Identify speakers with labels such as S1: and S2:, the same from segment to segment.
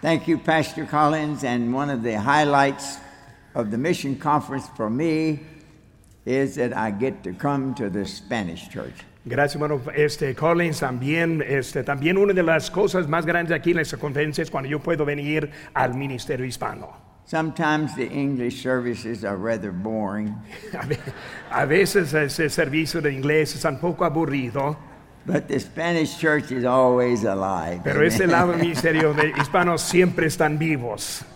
S1: Thank you, Pastor Collins. And one of the highlights of the mission conference for me is that I get to come to the Spanish church.
S2: Gracias, hermano. Este, Collins, también, este, también una de las cosas más grandes aquí en esta conferencia es cuando yo puedo venir al ministerio hispano.
S1: Sometimes the English services are rather boring,
S2: A ve- A veces ese servicio de inglés es un poco aburrido,
S1: but the Spanish church is always alive.
S2: pero ese lado del ministerio de hispanos siempre están vivos.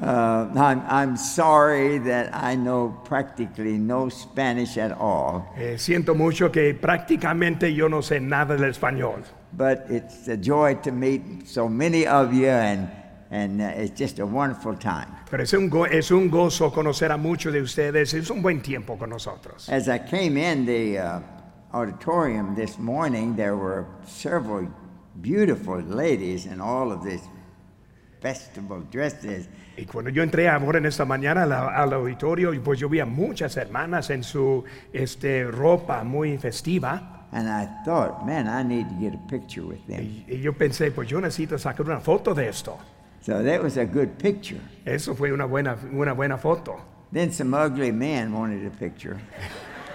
S1: Uh, I'm, I'm sorry that I know practically no Spanish at all,
S2: Eh, siento mucho que prácticamente yo no sé nada del español.
S1: but it's a joy to meet so many of you, and, and uh, it's just a wonderful time.
S2: Pero es un, go- es un gozo conocer a muchos de ustedes. Es un buen tiempo con nosotros.
S1: As I came in the uh, auditorium this morning, there were several beautiful ladies in all of these festival dresses.
S2: Y cuando yo entré ahora en esta mañana a la- al auditorio, y pues yo vi a muchas hermanas en su este, ropa muy festiva.
S1: And I thought, man, I need to get a picture with them.
S2: Y, y yo pensé, pues yo necesito sacar una foto de esto.
S1: So that was a good picture.
S2: Eso fue una buena, una buena foto.
S1: Then some ugly men wanted a picture.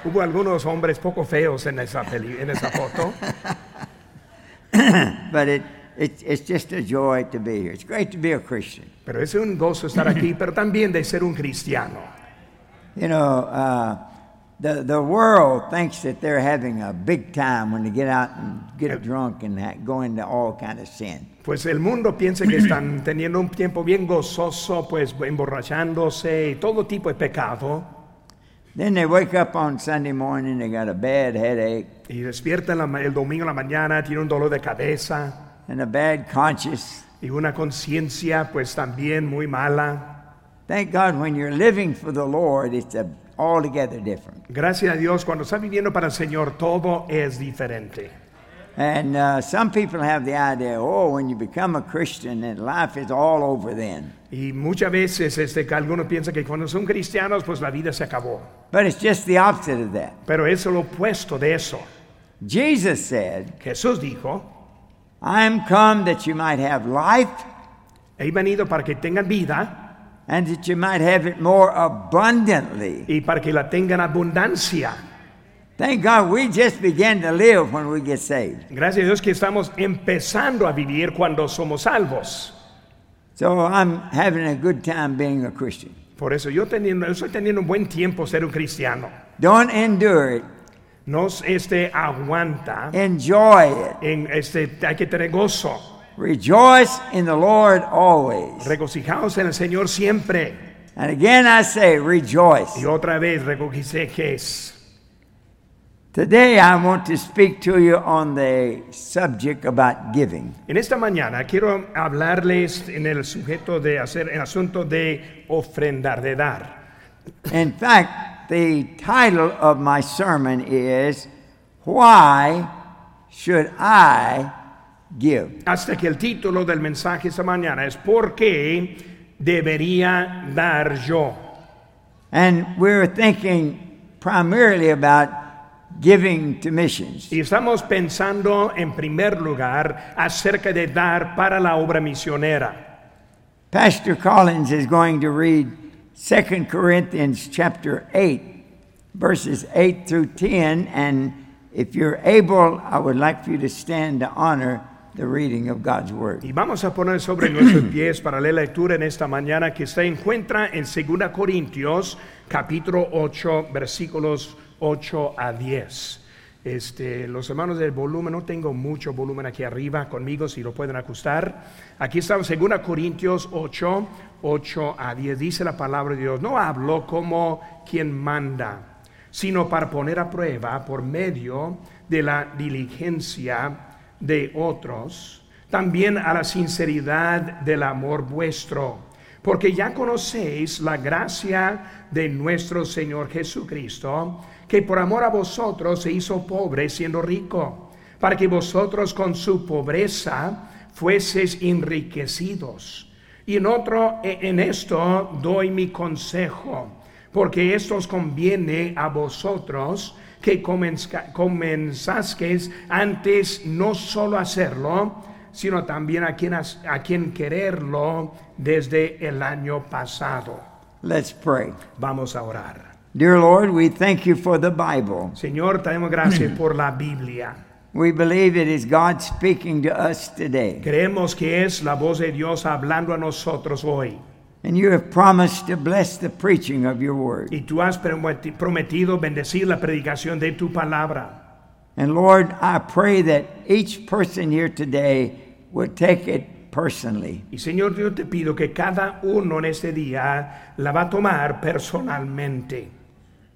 S2: Hubo algunos hombres poco feos en esa, peli- en esa foto,
S1: But it, it, it's just a joy to be here. It's great to be a Christian.
S2: pero es un gozo estar aquí, pero también de ser un cristiano.
S1: You know, uh, the, the world thinks that they're having a big time when they get out and get drunk and ha- go into all kind of sin.
S2: Pues el mundo piensa que están teniendo un tiempo bien gozoso, pues emborrachándose y todo tipo de pecado.
S1: Then they wake up on Sunday morning, they got a bad headache
S2: Y despiertan la ma- el domingo en la mañana, tiene un dolor de cabeza
S1: and a bad conscience.
S2: y una conciencia pues también muy mala.
S1: Thank God when you're living for the Lord, it's a, altogether different.
S2: Gracias a Dios, cuando estás viviendo para el Señor todo es diferente.
S1: And uh, some people have the idea, oh, when you become a Christian, then life is all over then.
S2: Y muchas veces este, que algunos piensan que cuando son cristianos pues la vida se acabó.
S1: But it's just the opposite of that.
S2: Pero eso es lo opuesto de eso.
S1: Jesus said,
S2: Jesús dijo,
S1: I am come that you might have life
S2: he venido para que tengan vida
S1: and that you might have it more abundantly.
S2: y para que la tengan abundancia.
S1: Thank God we just begin to live when we get saved.
S2: Gracias a Dios que estamos empezando a vivir cuando somos salvos.
S1: So I'm having a good time being a Christian.
S2: Por eso yo, teniendo, yo estoy teniendo un buen tiempo ser un cristiano.
S1: Don't endure it,
S2: Nos este, aguanta,
S1: enjoy it.
S2: en, este, hay que tener gozo.
S1: Rejoice in the Lord always.
S2: Regocijaos en el Señor siempre.
S1: And again I say,
S2: Y
S1: rejoice.
S2: otra vez, regocijejes.
S1: Today I want to speak to you on the subject about giving.
S2: En esta mañana quiero hablarles en el sujeto de hacer, el asunto de ofrendar, de dar.
S1: In fact, the title of my sermon is Why Should I Give?
S2: Hasta que el título del mensaje esta mañana es ¿Por qué debería dar yo?
S1: And we're thinking primarily about giving to missions.
S2: Y estamos pensando en primer lugar acerca de dar para la obra misionera.
S1: Pastor Collins is going to read 2 Corinthians chapter 8, verses 8 through 10. And if you're able, I would like for you to stand to honor the reading of God's Word.
S2: Y vamos a poner sobre nuestros pies para la lectura en esta mañana que se encuentra en 2 Corintios capítulo 8 versículos 8 a 10. Este, los hermanos del volumen, no tengo mucho volumen aquí arriba conmigo, si lo pueden ajustar. Aquí estamos, 2 Corintios 8, 8 a 10. Dice la palabra de Dios, no hablo como quien manda, sino para poner a prueba por medio de la diligencia de otros, también a la sinceridad del amor vuestro, porque ya conocéis la gracia de nuestro Señor Jesucristo, que por amor a vosotros se hizo pobre siendo rico, para que vosotros con su pobreza fueseis enriquecidos. Y en otro, e- en esto doy mi consejo, porque esto os conviene a vosotros que comenzca- comenzasqueis antes no solo a hacerlo, sino también a quien, as- a quien quererlo desde el año pasado.
S1: Let's pray.
S2: Vamos a orar.
S1: Dear Lord, we thank you for the Bible.
S2: Señor, te damos gracias por la Biblia.
S1: We believe it is God speaking to us today.
S2: Creemos que es la voz de Dios hablando a nosotros hoy.
S1: And you have promised to bless the preaching of your word.
S2: Y tú has prometi- prometido bendecir la predicación de tu palabra.
S1: And Lord, I pray that each person here today will take it personally.
S2: Y Señor, yo te pido que cada uno en este día la va a tomar personalmente.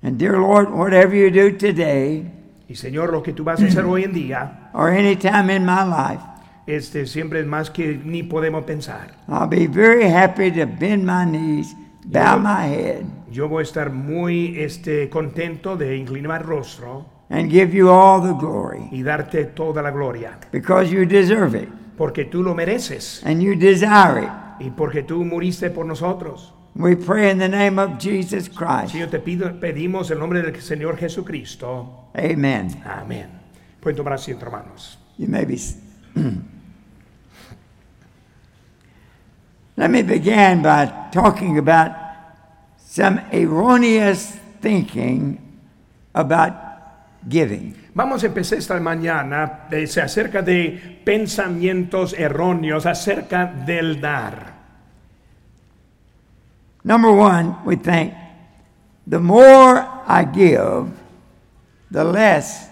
S1: And dear Lord, whatever you do today
S2: Y Señor, lo que tú vas a hacer hoy en día,
S1: or any time in my life,
S2: este siempre es más que ni podemos pensar.
S1: I'll be very happy to bend my knees, bow my head,
S2: Yo voy a estar muy este, contento de inclinar el rostro
S1: and give you all the glory
S2: y darte toda la gloria,
S1: because you deserve it
S2: porque tú lo mereces
S1: and you desire it.
S2: y porque tú muriste por nosotros.
S1: We pray in the name of Jesus Christ.
S2: Señor, te pido, pedimos el nombre del Señor Jesucristo.
S1: Amen.
S2: Amén. Pueden tomar asiento, hermanos.
S1: You may be. s- Let me begin by talking about some erroneous thinking about giving.
S2: Vamos a empezar esta mañana eh, se acerca de pensamientos erróneos acerca del dar.
S1: Number one, we think the more I give, the less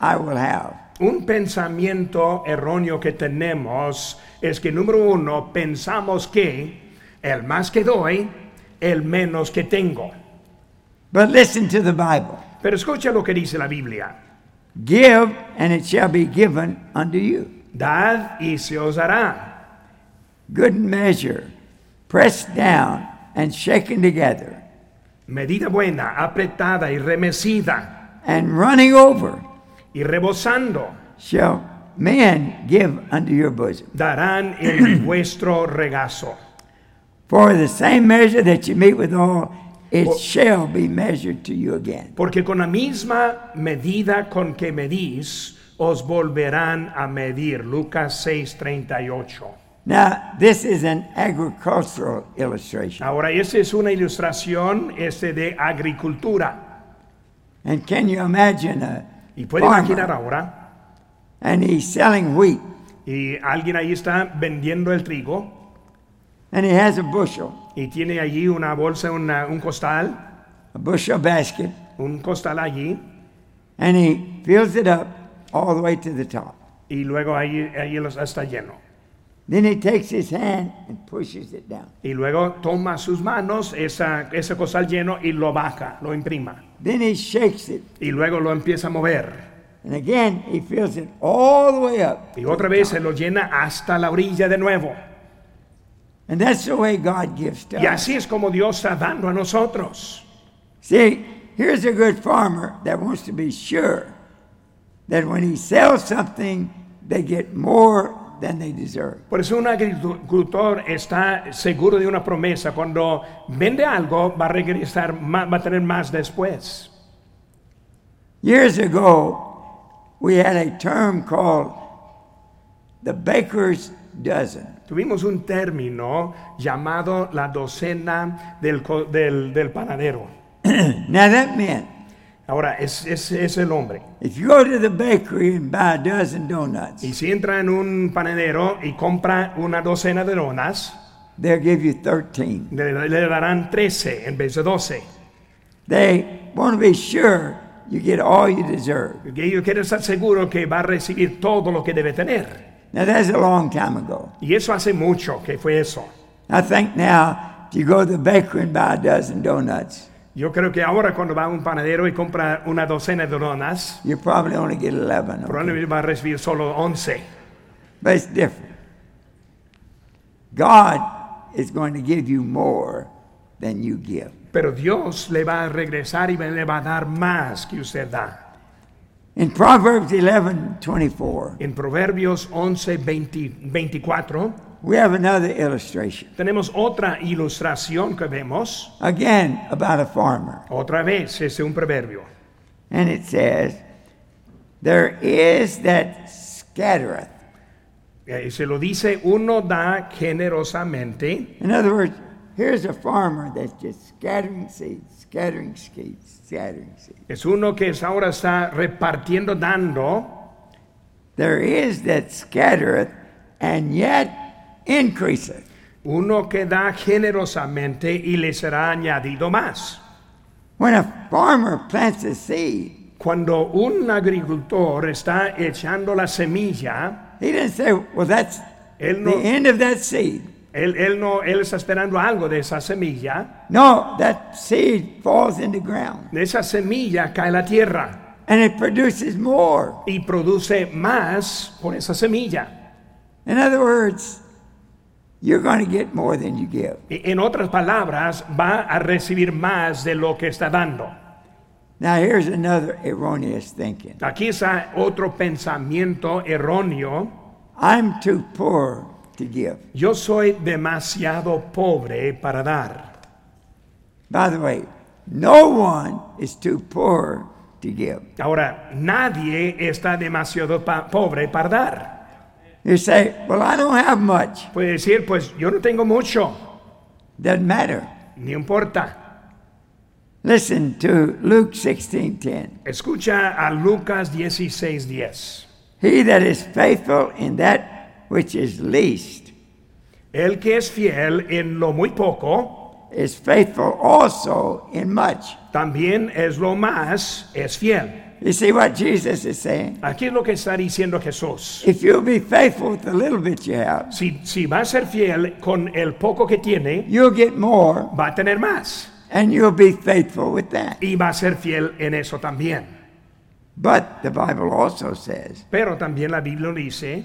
S1: I will have.
S2: Un pensamiento erróneo que tenemos es que número uno, pensamos que el más que doy, el menos que tengo.
S1: But listen to the Bible
S2: Pero escucha lo que dice la Biblia.
S1: Give, and it shall be given unto you.
S2: Dad y se os hará.
S1: Good measure, pressed down and shaken together,
S2: Medida buena, apretada y remecida
S1: and running over
S2: y rebosando,
S1: shall men give unto your bosom.
S2: darán en vuestro regazo.
S1: For the same measure that you meet withal, it shall be measured to you again.
S2: Porque con la misma medida con que medís, os volverán a medir. Lucas 6:38.
S1: Now, this is an agricultural illustration.
S2: Ahora, esta es una ilustración este, de agricultura.
S1: And can you imagine a
S2: Y puede imaginar
S1: farmer
S2: ahora,
S1: and he's selling wheat
S2: y alguien ahí está vendiendo el trigo
S1: and he has a bushel,
S2: y tiene allí una bolsa, una- un costal,
S1: a bushel basket,
S2: un costal allí,
S1: and he fills it up all the way to the top.
S2: y luego ahí, ahí los- está lleno.
S1: Then he takes his hand and pushes it down.
S2: Y luego toma sus manos esa, ese costal lleno y lo baja, lo imprima.
S1: Then he shakes it,
S2: Y luego lo empieza a mover.
S1: and again he fills it all the way up.
S2: Y otra vez se lo llena hasta la orilla de nuevo.
S1: And that's the way God gives to
S2: Y
S1: us.
S2: así es como Dios está dando a nosotros.
S1: See, here's a good farmer that wants to be sure that when he sells something, they get more than they deserve.
S2: Por eso un agricultor está seguro de una promesa. Cuando vende algo va a regresar, ma- va a tener más después.
S1: Years ago, we had a term called the baker's dozen.
S2: Tuvimos un término llamado la docena del, co- del, del panadero.
S1: Now, that meant
S2: Ahora, es, es, es el hombre.
S1: if you go to the bakery and buy a dozen donuts,
S2: Y si entra en un panadero y compra una docena de donas,
S1: they'll give you 13.
S2: le, le darán 13 en vez de 12.
S1: They want to be sure you get all you deserve.
S2: que ellos quieren estar seguros que va a recibir todo lo que debe tener.
S1: Now, that's a long time ago.
S2: Y eso hace mucho que fue eso.
S1: I think now, if you go to the bakery and buy a dozen donuts,
S2: Yo creo que ahora cuando va a un panadero y compra una docena de donas,
S1: you probably only get 11. okay?
S2: probablemente va a recibir solo 11.
S1: But it's different. God is going to give you more than you give.
S2: Pero Dios le va a regresar y le va a dar más que usted da.
S1: In Proverbs 11 24,
S2: En Proverbios 11, 20 24,
S1: we have another illustration.
S2: tenemos otra ilustración que vemos.
S1: Again, about a farmer.
S2: Otra vez, es un proverbio.
S1: And it says, There is that scattereth
S2: Eh, se lo dice, uno da generosamente.
S1: In other words, here's a farmer that's just scattering seeds, scattering seeds, scattering seeds.
S2: Es uno que es- ahora está repartiendo, dando.
S1: There is that scattereth and yet increaseth.
S2: Uno que da generosamente y le será añadido más.
S1: When a farmer plants a seed,
S2: Cuando un agricultor está echando la semilla,
S1: he didn't say, well, that's
S2: él
S1: the
S2: no,
S1: end of that seed.
S2: él, él no, él está esperando algo de esa semilla.
S1: No, that seed falls in the ground
S2: De esa semilla cae la tierra
S1: and it produces more.
S2: y produce más por esa semilla.
S1: In other words, you're going to get more than you give.
S2: E- En otras palabras, va a recibir más de lo que está dando.
S1: Now, here's another erroneous thinking
S2: Aquí está otro pensamiento erróneo.
S1: I'm too poor to give.
S2: Yo soy demasiado pobre para dar.
S1: By the way, no one is too poor to give.
S2: Ahora, nadie está demasiado pa- pobre para dar.
S1: You say, well, I don't have much.
S2: Puede decir, pues yo no tengo mucho,
S1: Doesn't matter.
S2: ni importa.
S1: Listen to Luke 16:10.
S2: Escucha a Lucas 16:10.
S1: He that is faithful in that which is least
S2: El que es fiel en lo muy poco,
S1: is faithful also in much.
S2: también es lo más, es fiel.
S1: You see what Jesus is saying?
S2: Aquí es lo que está diciendo Jesús.
S1: If you'll be faithful with the little bit you have,
S2: Si, si va a ser fiel con el poco que tiene,
S1: you'll get more
S2: va a tener más.
S1: and you'll be faithful with that.
S2: y va a ser fiel en eso también.
S1: But the Bible also says,
S2: Pero también la Biblia dice,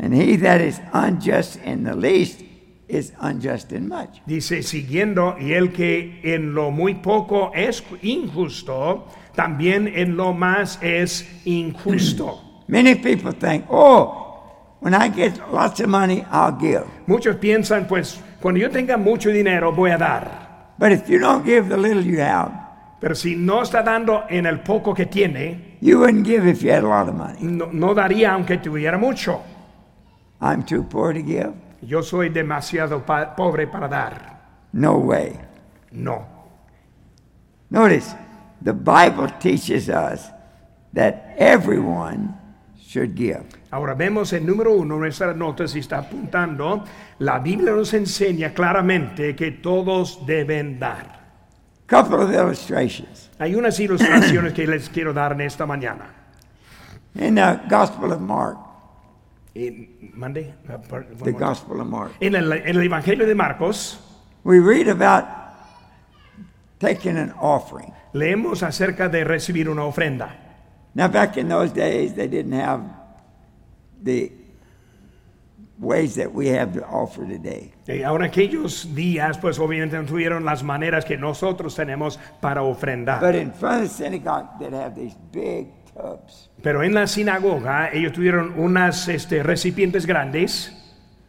S1: and he that is unjust in the least is unjust in much.
S2: dice siguiendo, y el que en lo muy poco es injusto, también en lo más es injusto.
S1: Many people think, oh, when I get lots of money, I'll give.
S2: Muchos piensan, pues, cuando yo tenga mucho dinero voy a dar.
S1: But if you don't give the little you have,
S2: Pero si no está dando en el poco que tiene,
S1: you wouldn't give if you had a lot of money.
S2: no, no daría aunque tuviera mucho.
S1: I'm too poor to give?
S2: Yo soy demasiado pa- pobre para dar.
S1: No way.
S2: No.
S1: Notice, the Bible teaches us that everyone should give.
S2: Ahora vemos el número uno, nuestras notas y está apuntando. La Biblia nos enseña claramente que todos deben dar.
S1: Couple of illustrations.
S2: Hay unas ilustraciones que les quiero dar en esta mañana.
S1: In the Gospel of Mark,
S2: En- mande, uh, per- one
S1: the
S2: more.
S1: Gospel of Mark,
S2: En el, en el Evangelio de Marcos
S1: we read about taking an offering.
S2: leemos acerca de recibir una ofrenda.
S1: Now, back in those days, they didn't have the ways that we have to offer today.
S2: Eh, ahora aquellos días, pues obviamente no tuvieron las maneras que nosotros tenemos para ofrendar.
S1: But in front of the synagogue, they'd have these big tubs.
S2: Pero en la sinagoga ellos tuvieron unas este, recipientes grandes.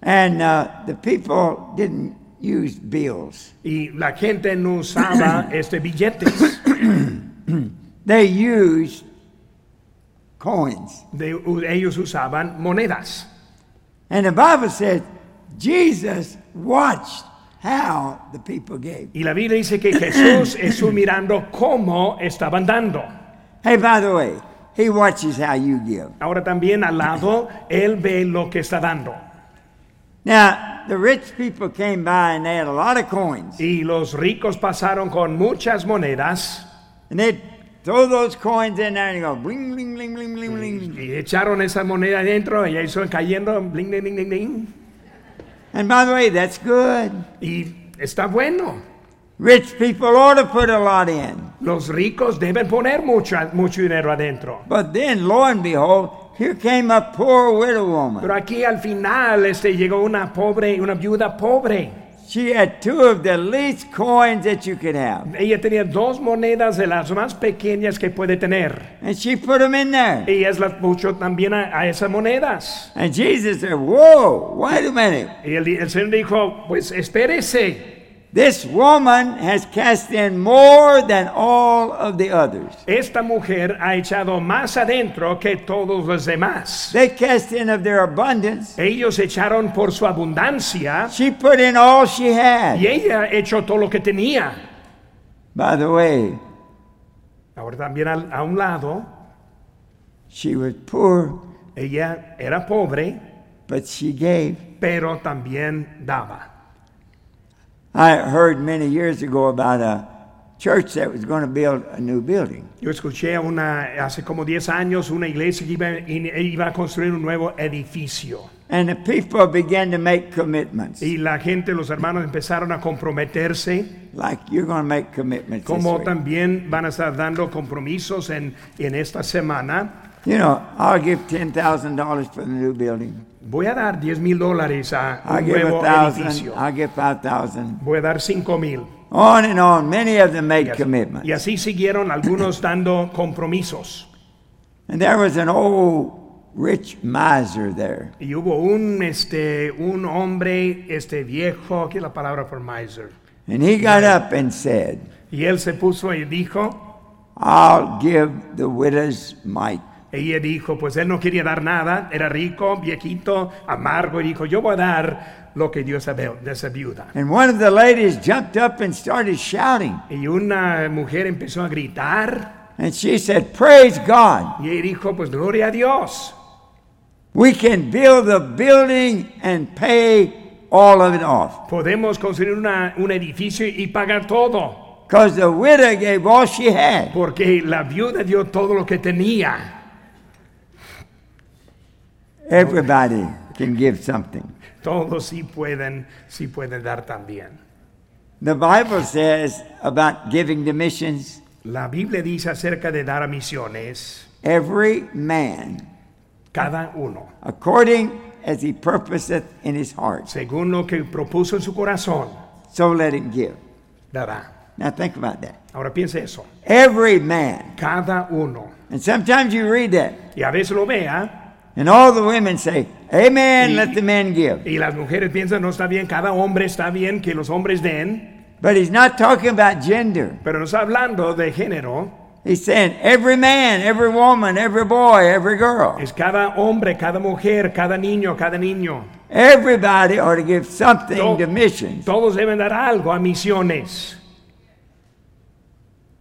S1: And uh, the people didn't use bills,
S2: Y la gente no usaba este billetes,
S1: they used coins.
S2: de- u- ellos usaban monedas.
S1: And the Bible says Jesus watched how the people gave.
S2: Y la Biblia dice que Jesús estuvo mirando cómo estaban dando.
S1: Hey, by the way, he watches how you give.
S2: Ahora también al lado, él ve lo que está dando.
S1: Now, the rich people came by and they had a lot of coins.
S2: Y los ricos pasaron con muchas monedas
S1: And they'd throw those coins in there and go bling, bling, bling, bling, bling, bling.
S2: y echaron esa moneda adentro y ahí son cayendo. bling, bling, bling, bling, bling.
S1: And by the way, that's good.
S2: Y está bueno.
S1: Rich people ought to put a lot in.
S2: Los ricos deben poner mucho, mucho dinero adentro.
S1: But then, lo and behold, here came a poor widow woman.
S2: Pero aquí al final este, llegó una pobre, una viuda pobre.
S1: She had two of the least coins that you could have.
S2: Ella tenía dos monedas de las más pequeñas que puede tener.
S1: And she put them in there.
S2: Ella las puso también a, a esas monedas.
S1: And Jesus said, Whoa, wait a minute.
S2: Y el, el Señor dijo, pues espérese,
S1: This woman has cast in more than all of the others.
S2: Esta mujer ha echado más adentro que todos los demás.
S1: They cast in of their abundance.
S2: Ellos echaron por su abundancia
S1: She put in all she
S2: y
S1: had.
S2: ella echó todo lo que tenía.
S1: By the way,
S2: Ahora también al- a un lado,
S1: she was poor,
S2: ella era pobre,
S1: but she gave.
S2: pero también daba.
S1: I heard many years ago about a church that was going to build a new building.
S2: Yo escuché a una, hace como 10 años una iglesia que iba, in- iba a construir un nuevo edificio.
S1: And the people began to make commitments.
S2: Y la gente, los hermanos empezaron a comprometerse,
S1: Like you're going to make commitments. this
S2: como
S1: week.
S2: también van a estar dando compromisos en, en esta semana.
S1: You know, I'll give ten thousand dollars for the new building.
S2: Voy a dar 10 mil dólares a
S1: I'll
S2: un
S1: give a
S2: nuevo
S1: thousand.
S2: edificio.
S1: I'll give five thousand.
S2: Voy a dar 5 mil.
S1: On and on. Many of them made commitments.
S2: Y así siguieron algunos dando compromisos.
S1: And there was an old rich miser there.
S2: Y hubo un, este, un hombre este viejo, ¿qué es la palabra por miser?
S1: And he got up and said,
S2: Y él se puso y dijo,
S1: I'll give the widow's mite.
S2: ella dijo, pues él no quería dar nada, era rico, viejito, amargo, y dijo, yo voy a dar lo que dio esa, veu- de esa viuda.
S1: And one of the ladies jumped up and started shouting.
S2: Y una mujer empezó a gritar
S1: And she said, Praise God.
S2: y ella dijo, pues gloria a Dios,
S1: We can build the building and pay all of it off.
S2: podemos construir una- un edificio y pagar todo,
S1: Because the widow gave all she had.
S2: porque la viuda dio todo lo que tenía.
S1: Everybody can give something.
S2: Todos sí pueden, sí pueden dar también.
S1: The Bible says about giving to missions
S2: La Biblia dice acerca de dar a misiones,
S1: every man
S2: cada uno,
S1: according as he purposeth in his heart.
S2: según lo que propuso en su corazón,
S1: So let him give.
S2: dará.
S1: Now think about that.
S2: Ahora piense eso,
S1: Every man.
S2: cada uno.
S1: And sometimes you read that,
S2: Y a veces lo vea
S1: and all the women say, Amen, let the men give.
S2: y las mujeres piensan, no está bien, cada hombre está bien que los hombres den,
S1: But he's not talking about gender.
S2: pero no está hablando de género,
S1: He's saying every man, every woman, every boy, every girl.
S2: es cada hombre, cada mujer, cada niño, cada niño.
S1: Everybody ought to give something
S2: Don't-
S1: to missions.
S2: Todos deben dar algo a misiones.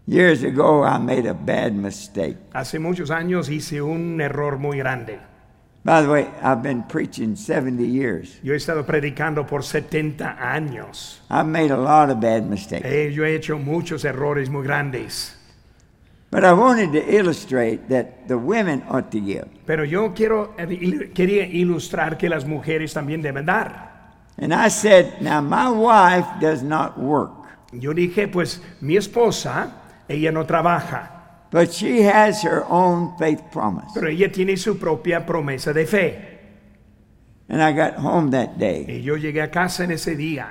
S1: Years ago, I made a bad mistake.
S2: Hace muchos años hice un error muy grande.
S1: By the way, I've been preaching 70 years.
S2: Yo he estado predicando por 70 años.
S1: I've made a lot of bad mistakes.
S2: Eh, yo he hecho muchos errores muy grandes,
S1: But I wanted to illustrate that the women ought to give.
S2: pero yo quiero eh, il- quería ilustrar que las mujeres también deben dar.
S1: And I said, Now, my wife does not work,
S2: Yo dije, pues mi esposa, ella no trabaja,
S1: but she has her own faith promise.
S2: pero ella tiene su propia promesa de fe.
S1: And I got home that day,
S2: Y yo llegué a casa en ese día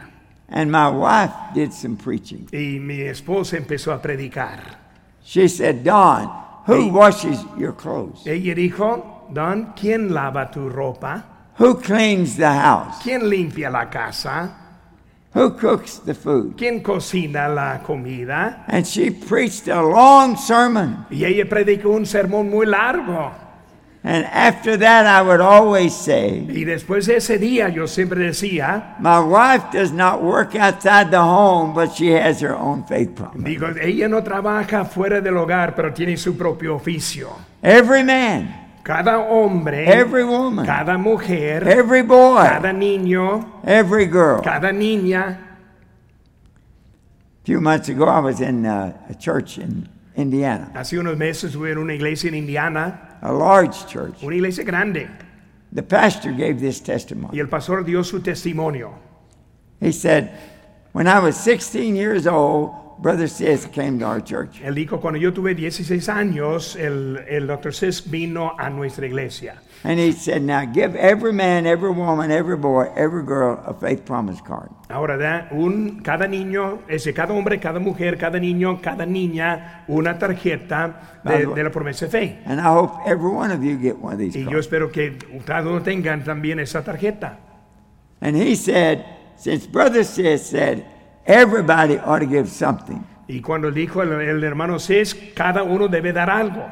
S1: and my wife did some preaching.
S2: y mi esposa empezó a predicar.
S1: She said, Don, who washes your clothes?
S2: Ella dijo, Don, ¿quién lava tu ropa?
S1: Who cleans the house?
S2: ¿Quién limpia la casa?
S1: Who cooks the food?
S2: ¿Quién cocina la comida?
S1: And she preached a long sermon.
S2: Y ella predicó un sermón muy largo.
S1: And after that, I would always say,
S2: Y después de ese día yo siempre decía,
S1: My wife does not work outside the home, but she has her own faith problem.
S2: Digo, ella no trabaja fuera del hogar, pero tiene su propio oficio.
S1: Every man,
S2: Cada hombre,
S1: every woman,
S2: cada mujer,
S1: every boy,
S2: cada niño,
S1: every girl. A
S2: cada niña.
S1: few months ago, I was in uh, a church in Indiana,
S2: Hace unos meses estuve en una iglesia en Indiana,
S1: a large church.
S2: una iglesia grande,
S1: The pastor gave this
S2: y
S1: testimony.
S2: el pastor dio su testimonio.
S1: He said, When I was 16 years old, Brother Sis came to our church.
S2: Él dijo, cuando yo tuve 16 años, el, el doctor Sis vino a nuestra iglesia.
S1: And he said, Now give every man, every woman, every boy, every girl a faith promise card.
S2: Ahora da un, cada niño, ese, cada hombre, cada mujer, cada niño, cada niña, una tarjeta de, de la promesa de fe.
S1: And I hope every one of you get one of these
S2: Y yo
S1: cards.
S2: espero que cada uno tengan también esa tarjeta.
S1: And he said, since Brother Sis said Everybody ought to give something.
S2: Y cuando dijo el, el hermano Cis, cada uno debe dar algo.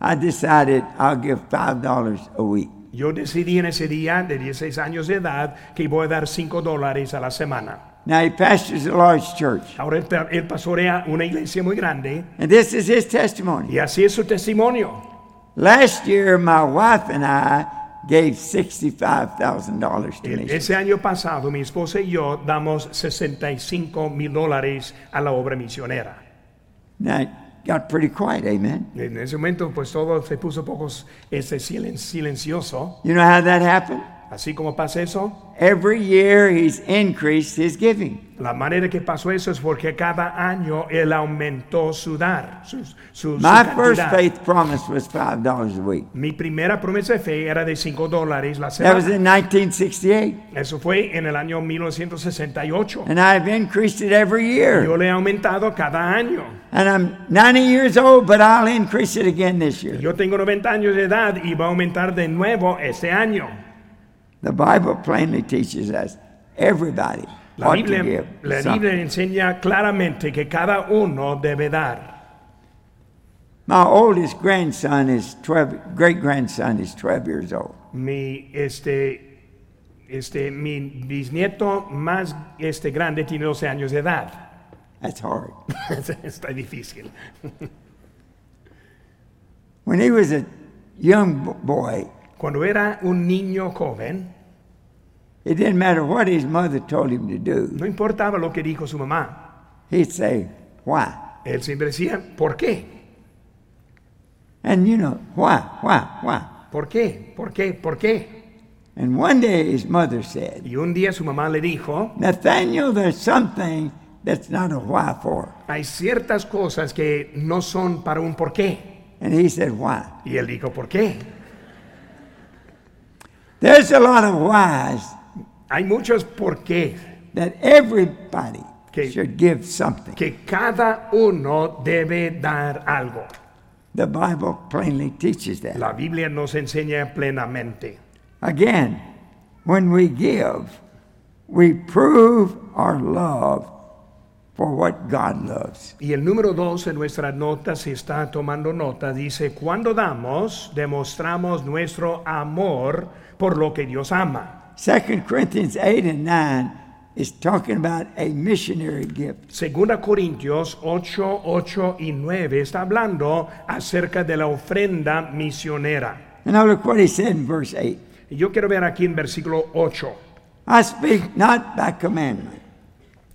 S1: I decided I'll give $5 a week.
S2: Yo decidí en ese día de 16 años de edad que voy a dar 5 dólares a la semana.
S1: Now, he pastors a large church,
S2: Ahora él, pa- él pastorea una iglesia muy grande
S1: and this is his testimony.
S2: y así es su testimonio.
S1: Last year, my wife and I gave $65,000 to
S2: El-
S1: me.
S2: ese año pasado mi esposa y yo damos 65 mil dólares a la obra misionera.
S1: Now, it got pretty quiet, amen.
S2: En ese momento pues todo se puso pocos este, silen- silencioso.
S1: You know how that happened?
S2: Así como pasa eso,
S1: Every year, he's increased his giving.
S2: la manera que pasó eso es porque cada año él aumentó su dar, su, su- su
S1: My first
S2: cantidad.
S1: faith promise was $5 a week.
S2: Mi primera promesa de fe era de 5 dólares la
S1: That was
S2: semana.
S1: in 1968,
S2: Eso fue en el año 1968.
S1: and I've increased it every year.
S2: Yo le he aumentado cada año.
S1: And I'm 90 years old, but I'll increase it again this year.
S2: Yo tengo 90 años de edad y va a aumentar de nuevo este año.
S1: The Bible plainly teaches us everybody
S2: La
S1: ought to
S2: Biblia,
S1: give
S2: la
S1: something.
S2: Biblia enseña claramente que cada uno debe dar.
S1: My oldest grandson is 12, great grandson is 12 years old.
S2: Mi, este, este, mi bisnieto más este grande tiene 12 años de edad.
S1: That's hard.
S2: Está difícil.
S1: When he was a young b- boy,
S2: Cuando era un niño joven,
S1: it didn't matter what his mother told him to do.
S2: no importaba lo que dijo su mamá.
S1: He'd say, Why?
S2: Él siempre decía, ¿por qué?
S1: And you know, why, why, why?
S2: ¿Por qué? ¿Por qué? ¿Por qué?
S1: And one day his mother said,
S2: Y un día su mamá le dijo,
S1: Nathaniel, there's something that's not a why for.
S2: hay ciertas cosas que no son para un por qué.
S1: And he said, Why?
S2: Y él dijo, ¿por qué?
S1: There's a lot of whys
S2: Hay muchos por qué
S1: that everybody
S2: Okay.
S1: should give something.
S2: que cada uno debe dar algo.
S1: The Bible plainly teaches that.
S2: La Biblia nos enseña plenamente.
S1: Again, when we give, we prove our love for what God loves.
S2: Y el número dos en nuestras notas, si está tomando nota, dice, cuando damos, demostramos nuestro amor por lo que Dios ama.
S1: 2 Corinthians 8 and 9 is talking about a missionary gift.
S2: Segunda Corintios 8, 8 y 9 está hablando acerca de la ofrenda misionera.
S1: And now look what he said in verse 8.
S2: Y Yo quiero ver aquí en versículo 8.
S1: I speak not by commandment,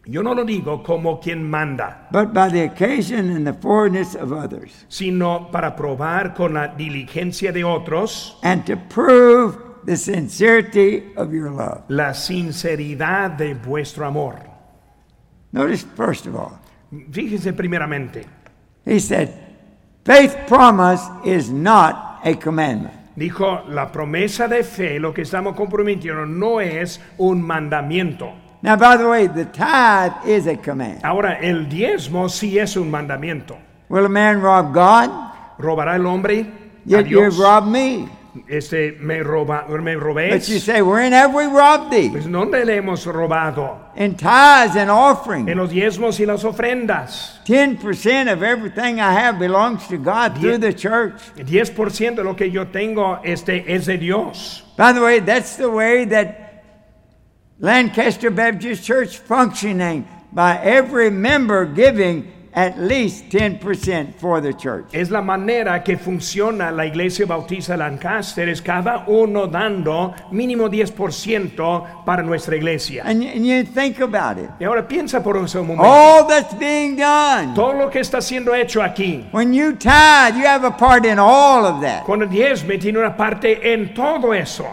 S2: Yo no lo digo como quien manda,
S1: but by the occasion and the forwardness of others,
S2: sino para probar con la diligencia de otros
S1: and to prove the sincerity of your love.
S2: la sinceridad de vuestro amor.
S1: Notice, first of all,
S2: Fíjense primeramente,
S1: he said, faith promise is not a commandment.
S2: dijo, la promesa de fe, lo que estamos comprometiendo, no es un mandamiento.
S1: Now, by the way, the tithe is a command.
S2: Ahora, el diezmo sí es un mandamiento.
S1: Will a man rob God?
S2: ¿Robará el hombre? a
S1: Yet
S2: Dios?
S1: you've robbed me.
S2: Este, me roba, me
S1: But you
S2: robéis.
S1: say, wherein have we robbed thee?
S2: Pues ¿dónde le hemos robado?
S1: In tithes and
S2: En
S1: offering.
S2: los diezmos y las ofrendas.
S1: 10% of everything I have belongs to God through the church.
S2: El 10% de lo que yo tengo este, es de Dios.
S1: By the way, that's the way that Lancaster Baptist Church functioning by every member giving at least 10% for the church.
S2: Es la manera que funciona la iglesia bautista Lancaster, es cada uno dando mínimo 10% para nuestra iglesia.
S1: And, and you think about it.
S2: Y ahora piensa por un segundo momento.
S1: All that's being done.
S2: Todo lo que está siendo hecho aquí,
S1: When you tithe, you have a part in all of that.
S2: con el diezme tiene una parte en todo eso.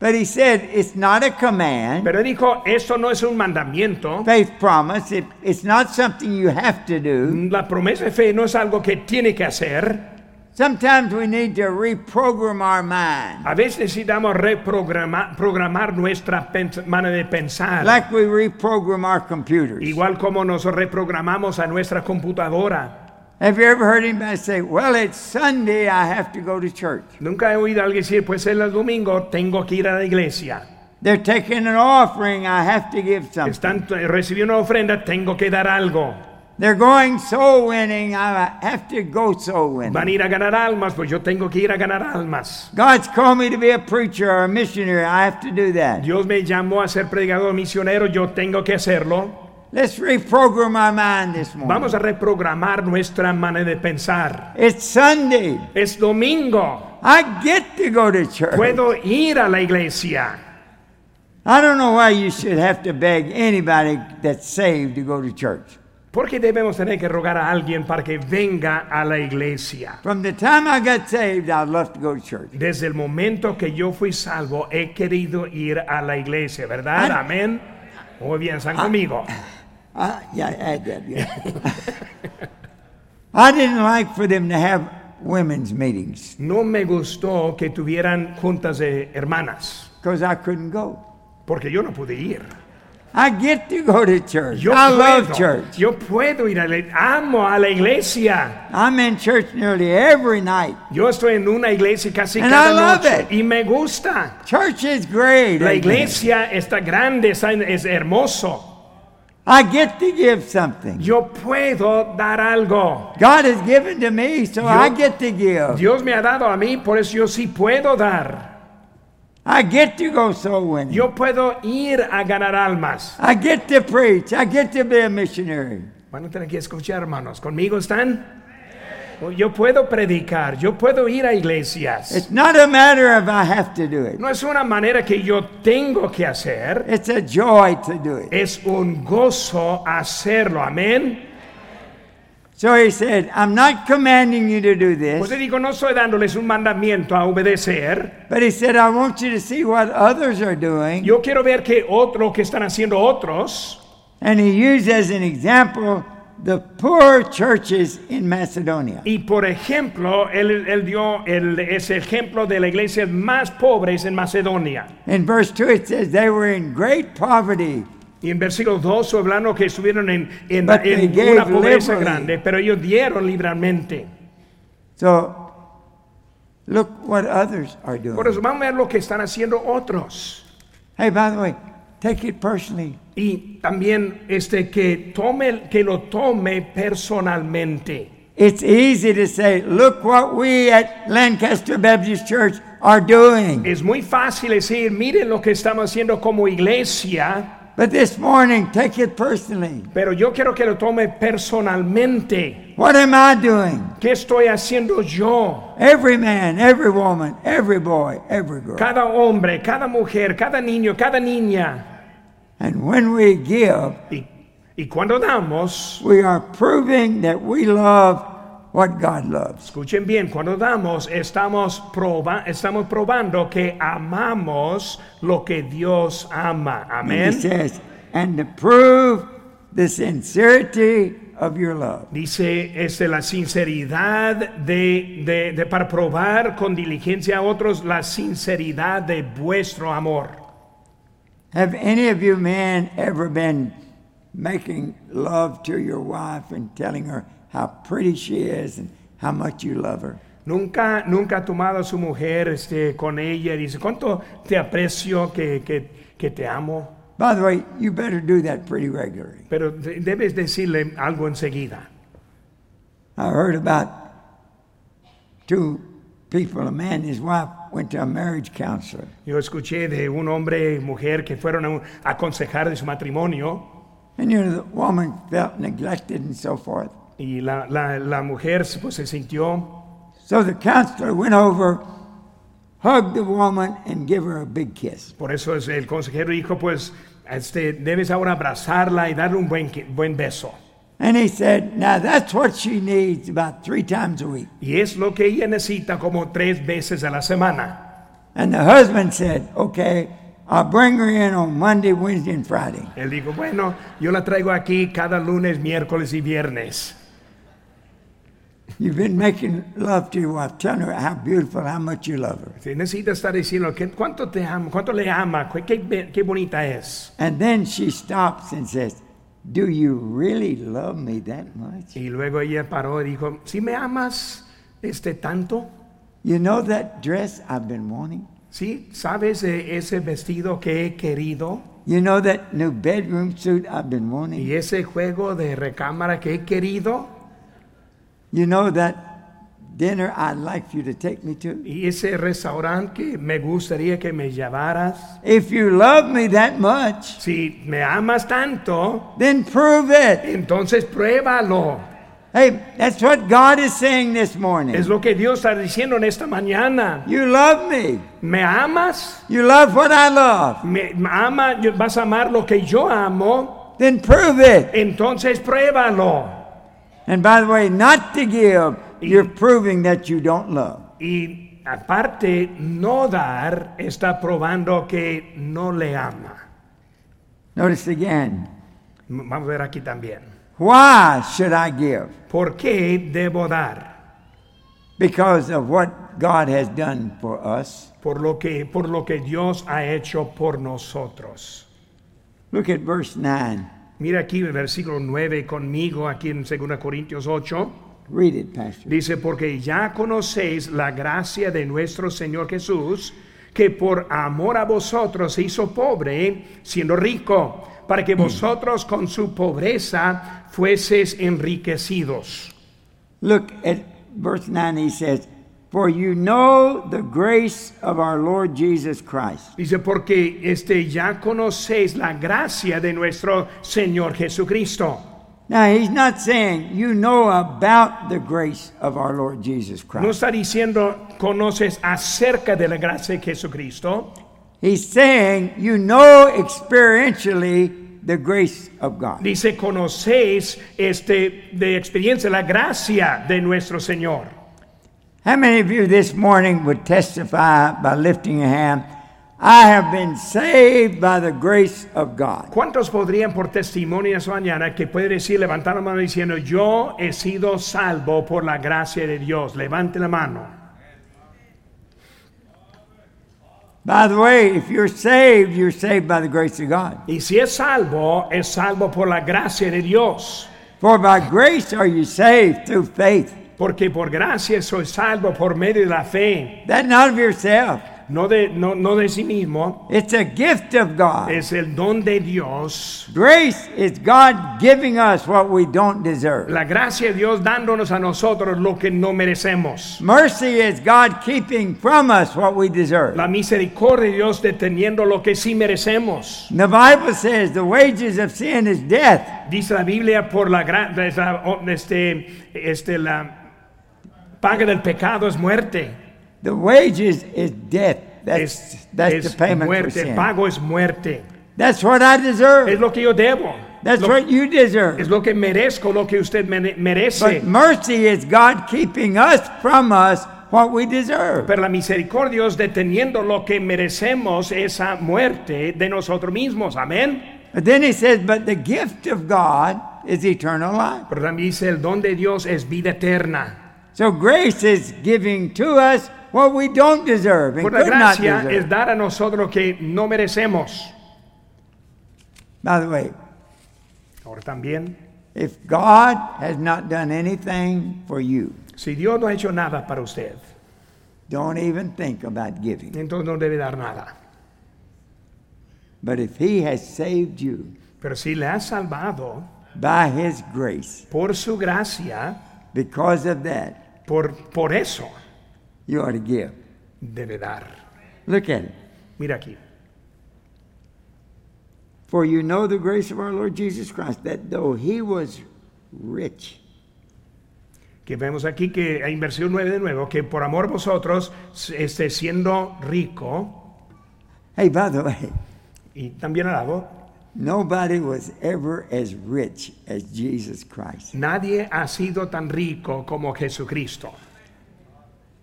S1: But he said it's not a command.
S2: Pero dijo, esto no es un mandamiento.
S1: Faith promise, it, it's not something you have to do.
S2: La promesa de fe no es algo que tiene que hacer.
S1: Sometimes we need to reprogram our mind.
S2: A veces necesitamos reprogramar programar nuestra pens- manera de pensar.
S1: Like we reprogram our computers.
S2: Igual como nos reprogramamos a nuestra computadora.
S1: Have you ever heard anybody say, Well, it's Sunday, I have to go to church?
S2: Nunca he oído a alguien decir, pues es el domingo, tengo que ir a la iglesia.
S1: They're taking an offering. I have to give something.
S2: Están eh, recibiendo una ofrenda, tengo que dar algo.
S1: They're going soul winning. I have to go soul winning.
S2: Van a ir a ganar almas, pues yo tengo que ir a ganar almas.
S1: God's called me to be a preacher or a missionary. I have to do that.
S2: Dios me llamó a ser predicador misionero, yo tengo que hacerlo.
S1: Let's reprogram our mind this morning.
S2: Vamos a reprogramar nuestra manera de pensar.
S1: It's Sunday.
S2: Es domingo,
S1: I get to go to church.
S2: puedo ir a la iglesia.
S1: I don't know why you should have to beg anybody that's saved to go to church.
S2: ¿Por qué debemos tener que rogar a alguien para que venga a la iglesia?
S1: From the time I got saved, I love to go to church.
S2: Desde el momento que yo fui salvo, he querido ir a la iglesia, ¿verdad?
S1: Ah.
S2: Amén. Muy bien, están conmigo.
S1: I, yeah, add that. yeah. I didn't like for them to have women's meetings
S2: No me gustó que tuvieran juntas de hermanas,
S1: because I couldn't go.
S2: porque yo no pude ir.
S1: I get to go to church.
S2: Yo
S1: I
S2: puedo,
S1: love church.
S2: yo puedo ir a la amo a la iglesia.
S1: I'm in church nearly every night.
S2: Yo estoy en una iglesia casi
S1: And I
S2: cada
S1: love
S2: noche
S1: it.
S2: y me gusta.
S1: Church is great.
S2: La
S1: amen.
S2: iglesia está grande, está- es hermoso.
S1: I get to give something.
S2: Yo puedo dar algo.
S1: God has given to me, so I get to give.
S2: Dios me ha dado a mí, por eso yo sí puedo dar.
S1: I get to go soul winning.
S2: Yo puedo ir a ganar almas.
S1: I get to preach. I get to be a missionary.
S2: Van a tener que escuchar, hermanos. ¿Conmigo están? Yo puedo predicar, yo puedo ir a iglesias.
S1: It's not a matter of I have to do it.
S2: No es una manera que yo tengo que hacer.
S1: It's a joy to do it.
S2: Es un gozo hacerlo, amén.
S1: So he said, I'm not commanding you to do this,
S2: Usted digo, no estoy dándoles un mandamiento a obedecer.
S1: but he said, I want you to see what others are doing.
S2: Yo quiero ver que otro que están haciendo otros.
S1: And he used as an example the poor churches in Macedonia.
S2: Y por ejemplo, él, él dio el, ese ejemplo de las iglesias más pobres en Macedonia.
S1: In verse 2, it says, They were in great poverty,
S2: Y en versículo 2, hablando que estuvieron en, en-
S1: But they
S2: en
S1: gave
S2: una pobreza
S1: liberally.
S2: grande, pero ellos dieron libremente.
S1: so look what others are
S2: Por
S1: doing.
S2: eso vamos a ver lo que están haciendo otros.
S1: Hey, by the way, take it personally.
S2: Y también este, que, tome, que lo tome personalmente.
S1: It's easy to say, Look what we at Lancaster Baptist Church are doing.
S2: Es muy fácil decir, miren lo que estamos haciendo como iglesia,
S1: But this morning, take it personally.
S2: pero yo quiero que lo tome personalmente.
S1: What am I doing?
S2: ¿Qué estoy haciendo yo?
S1: Every man, every woman, every boy, every girl.
S2: Cada hombre, cada mujer, cada niño, cada niña.
S1: And when we give,
S2: Y, y cuando damos,
S1: we are proving that we love what God loves.
S2: Escuchen bien, cuando damos, estamos, proba- estamos probando que amamos lo que Dios ama.
S1: And
S2: Amén.
S1: he says, and to prove the sincerity of your love.
S2: Dice este, la sinceridad de, de- de- para probar con diligencia a otros la sinceridad de vuestro amor.
S1: Have any of you men ever been making love to your wife and telling her how pretty she is and how much you love her?
S2: Nunca, nunca ha tomado a su mujer este, con ella y dice, ¿cuánto te aprecio que, que- que te amo?
S1: By the way, you better do that pretty regularly.
S2: Pero de- debes decirle algo enseguida.
S1: I heard about two people, a man and his wife, went to a marriage counselor.
S2: Yo escuché de un hombre y mujer que fueron a, un- a aconsejar de su matrimonio
S1: And you know, the woman felt neglected and so forth.
S2: y la, la- la mujer pues, se sintió.
S1: So the counselor went over, hugged the woman, and gave her a big kiss.
S2: Por eso es- el consejero dijo, pues, este, debes ahora abrazarla y darle un buen, que- buen beso.
S1: And he said, Now that's what she needs about three times a week.
S2: Y es lo que ella necesita como tres veces a la semana.
S1: And the husband said, Okay, I'll bring her in on Monday, Wednesday, and Friday.
S2: Él dijo, bueno, yo la traigo aquí cada lunes, miércoles y viernes.
S1: You've been making love to your wife, telling her how beautiful, how much you love her.
S2: Si necesita estar diciendo, "¿Qué- ¿cuánto te amo? ¿Cuánto le ama? ¿Qué- qué be- qué bonita es?
S1: And then she stops and says, Do you really love me that much?
S2: Y luego ella paró y dijo, si me amas este tanto,
S1: You know that dress I've been wanting?
S2: ¿Sí? ¿Sabes eh, ese vestido que he querido?
S1: You know that new bedroom suit I've been wanting?
S2: ¿Y ese juego de recámara que he querido?
S1: You know that dinner I'd like for you to take me to?
S2: ¿Y ese restaurante que me gustaría que me llevaras?
S1: If you love me that much,
S2: Si me amas tanto,
S1: then prove it.
S2: entonces pruébalo.
S1: Hey, that's what God is saying this morning.
S2: Es lo que Dios está diciendo en esta mañana.
S1: You love me.
S2: ¿Me amas?
S1: You love what I love.
S2: ¿Me me ama? ¿Vas a amar lo que yo amo?
S1: Then prove it.
S2: Entonces pruébalo.
S1: And by the way, not to give, you're proving that you don't love.
S2: Y aparte, no dar está probando que no le ama.
S1: Notice again.
S2: M- Vamos a ver aquí también.
S1: Why should I give?
S2: ¿Por qué debo dar?
S1: Because of what God has done for us.
S2: Por lo que, por lo que Dios ha hecho por nosotros.
S1: Look at verse 9.
S2: Mira aquí el versículo 9 conmigo, aquí en 2 Corintios 8.
S1: Read it, Pastor.
S2: Dice, porque ya conocéis la gracia de nuestro Señor Jesús, que por amor a vosotros se hizo pobre, siendo rico, para que vosotros con su pobreza fueseis enriquecidos.
S1: Look at verse 9. He says, For you know the grace of our Lord Jesus Christ.
S2: Dice, porque este, ya conocéis la gracia de nuestro Señor Jesucristo.
S1: Now, he's not saying you know about the grace of our Lord Jesus
S2: No
S1: Christ.
S2: está diciendo conoces acerca de la gracia de Jesucristo,
S1: He's saying you know experientially the grace of God.
S2: Dice, conocéis este, de experiencia la gracia de nuestro Señor.
S1: How many of you this morning would testify by lifting your hand? I have been saved by the grace of God.
S2: ¿Cuántos podrían por testimonio esta mañana que puede decir, levantar la mano diciendo, yo he sido salvo por la gracia de Dios? Levante la mano.
S1: By the way, if you're saved, you're saved by the grace of God.
S2: Y si es salvo, es salvo por la gracia de Dios.
S1: For by grace are you saved through faith,
S2: Porque por gracia soy salvo por medio de la fe,
S1: that not of yourself.
S2: no de, no, no de sí mismo.
S1: It's a gift of God.
S2: Es el don de Dios.
S1: Grace is God giving us what we don't deserve.
S2: La gracia de Dios dándonos a nosotros lo que no merecemos.
S1: Mercy is God keeping from us what we deserve.
S2: La misericordia de Dios deteniendo lo que sí merecemos.
S1: The Bible says the wages of sin is death.
S2: Dice la Biblia por la gran es la- o- este, este, la paga del pecado es muerte.
S1: The wages is death. That's,
S2: Es,
S1: that's
S2: es
S1: the payment for
S2: muerte, el
S1: sin.
S2: pago es muerte.
S1: That's what I
S2: Es
S1: deserve.
S2: lo que yo debo.
S1: That's
S2: Lo-
S1: what you
S2: es
S1: deserve.
S2: lo que merezco, lo que usted mere- merece.
S1: But mercy is God keeping us from us what we deserve.
S2: Pero la misericordia de Dios deteniendo lo que merecemos esa muerte de nosotros mismos. Amén.
S1: But then he says, but the gift of God is eternal life.
S2: Pero también dice el don de Dios es vida eterna.
S1: So grace is giving to us what we don't deserve and
S2: Por la
S1: could not
S2: gracia es
S1: deserve.
S2: dar a nosotros lo que no merecemos.
S1: By the way,
S2: Ahora también,
S1: if God has not done anything for you,
S2: si Dios no ha hecho nada para usted,
S1: don't even think about giving.
S2: entonces no debe dar nada.
S1: But if he has saved you
S2: Pero si le ha salvado
S1: by his grace,
S2: por su gracia,
S1: because of that,
S2: por, por eso
S1: you ought to give.
S2: debe dar.
S1: Look at it.
S2: Mira aquí.
S1: For you know the grace of our Lord Jesus Christ, that though he was rich,
S2: Que vemos aquí que en versión 9 de nuevo, que por amor a vosotros, este, siendo rico
S1: hey, by the way,
S2: y también alabo,
S1: Nobody was ever as rich as Jesus Christ.
S2: nadie ha sido tan rico como Jesucristo.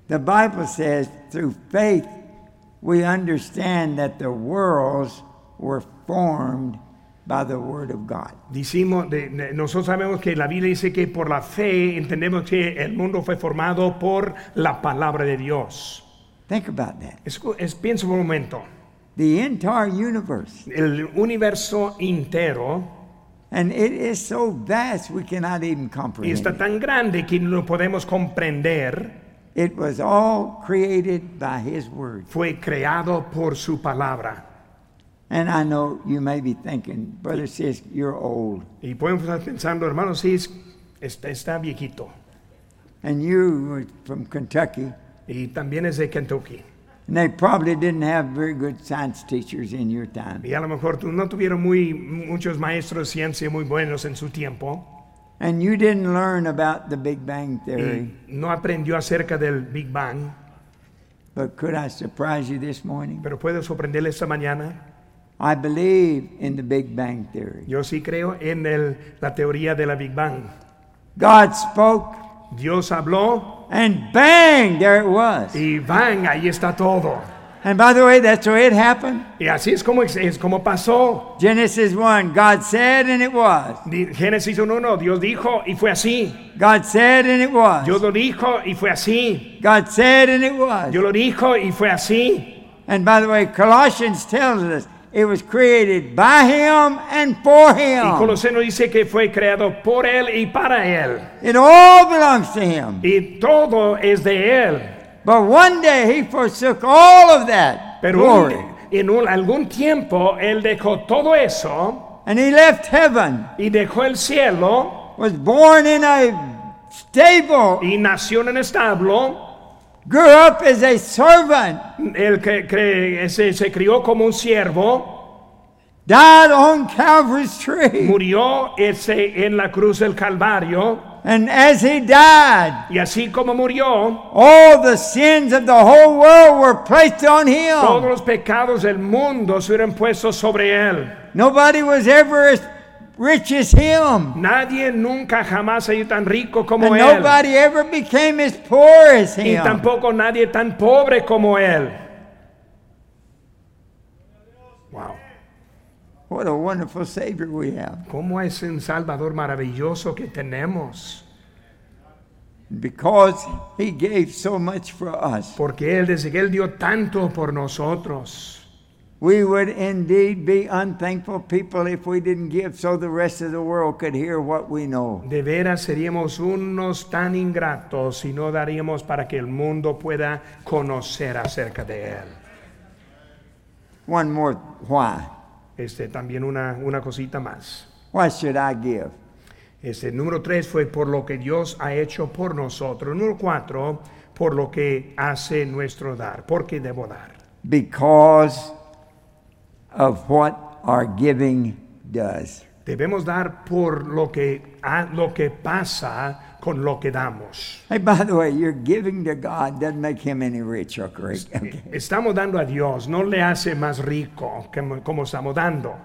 S1: The Bible says through faith we understand that the worlds were formed by the Word of God.
S2: Dicimos, de- de- nosotros sabemos que la Biblia dice que por la fe entendemos que el mundo fue formado por la palabra de Dios.
S1: Think about that.
S2: Escu- es- piensa un momento.
S1: The entire universe,
S2: El universo entero
S1: and it is so vast we cannot even comprehend.
S2: está
S1: It.
S2: tan grande que no lo podemos comprender.
S1: It was all created by His Word.
S2: Fue creado por su palabra.
S1: And I know you may be thinking, Brother Sis, you're old,
S2: Y podemos estar pensando, hermano, sí, es- está, está viejito.
S1: and you were from Kentucky,
S2: Y también es de Kentucky.
S1: and they probably didn't have very good science teachers in your time.
S2: Y a lo mejor tú- no tuvieron muy, muchos maestros de ciencia muy buenos en su tiempo.
S1: And you didn't learn about the Big Bang Theory.
S2: Y no aprendió acerca del Big Bang.
S1: But could I surprise you this morning?
S2: Pero puedo sorprenderle esta mañana.
S1: I believe in the Big Bang Theory.
S2: Yo sí creo en el- la teoría de la Big Bang.
S1: God spoke,
S2: Dios habló
S1: and bang, there it was.
S2: y van, ahí está todo.
S1: And by the way, that's the way it happened.
S2: Y así es como, es como pasó.
S1: Genesis 1, God said and it was.
S2: Di- Génesis 1.1, Dios dijo y fue así.
S1: God said and it was.
S2: Dios lo dijo y fue así.
S1: God said and it was.
S2: Dios lo dijo y fue así.
S1: And by the way, Colossians tells us it was created by him and for
S2: Y
S1: him.
S2: Coloseno dice que fue creado por Él y para Él.
S1: It all belongs to him.
S2: Y todo es de Él.
S1: But one day he forsook all of that
S2: Pero
S1: glory.
S2: un- en un- algún tiempo Él dejó todo eso
S1: And he left heaven,
S2: y dejó el cielo
S1: was born in a stable,
S2: y nació en el establo.
S1: grew up as a servant,
S2: Él que, que- se, se crió como un siervo,
S1: died on Calvary's tree.
S2: murió ese, en la cruz del Calvario.
S1: And as he died,
S2: Y así como murió,
S1: all the sins of the whole world were placed on
S2: todos
S1: him.
S2: los pecados del mundo fueron puestos sobre Él.
S1: Nobody was ever as rich as him.
S2: Nadie nunca jamás ha sido tan rico como
S1: And
S2: Él.
S1: nobody ever became as poor as
S2: Y
S1: him.
S2: tampoco nadie tan pobre como él. Wow.
S1: What a wonderful Savior we have.
S2: ¿Cómo es un Salvador maravilloso que tenemos?
S1: Because he gave so much for us,
S2: Porque él desde que él dio tanto por nosotros.
S1: we would indeed be unthankful people if we didn't give so the rest of the world could hear what we know.
S2: De veras seríamos unos tan ingratos si no daríamos para que el mundo pueda conocer acerca de él.
S1: One more why.
S2: Este también una una cosita más.
S1: Why should I give?
S2: Este número tres fue por lo que Dios ha hecho por nosotros. Número cuatro, por lo que hace nuestro dar. Porque debo dar.
S1: Because of what our giving does.
S2: Debemos dar por lo que, a, lo que pasa con lo que damos.
S1: Hey, by the way, your giving to God doesn't make him any richer, great. Okay.
S2: Estamos dando a Dios, no le hace más rico que mo- como estamos dando,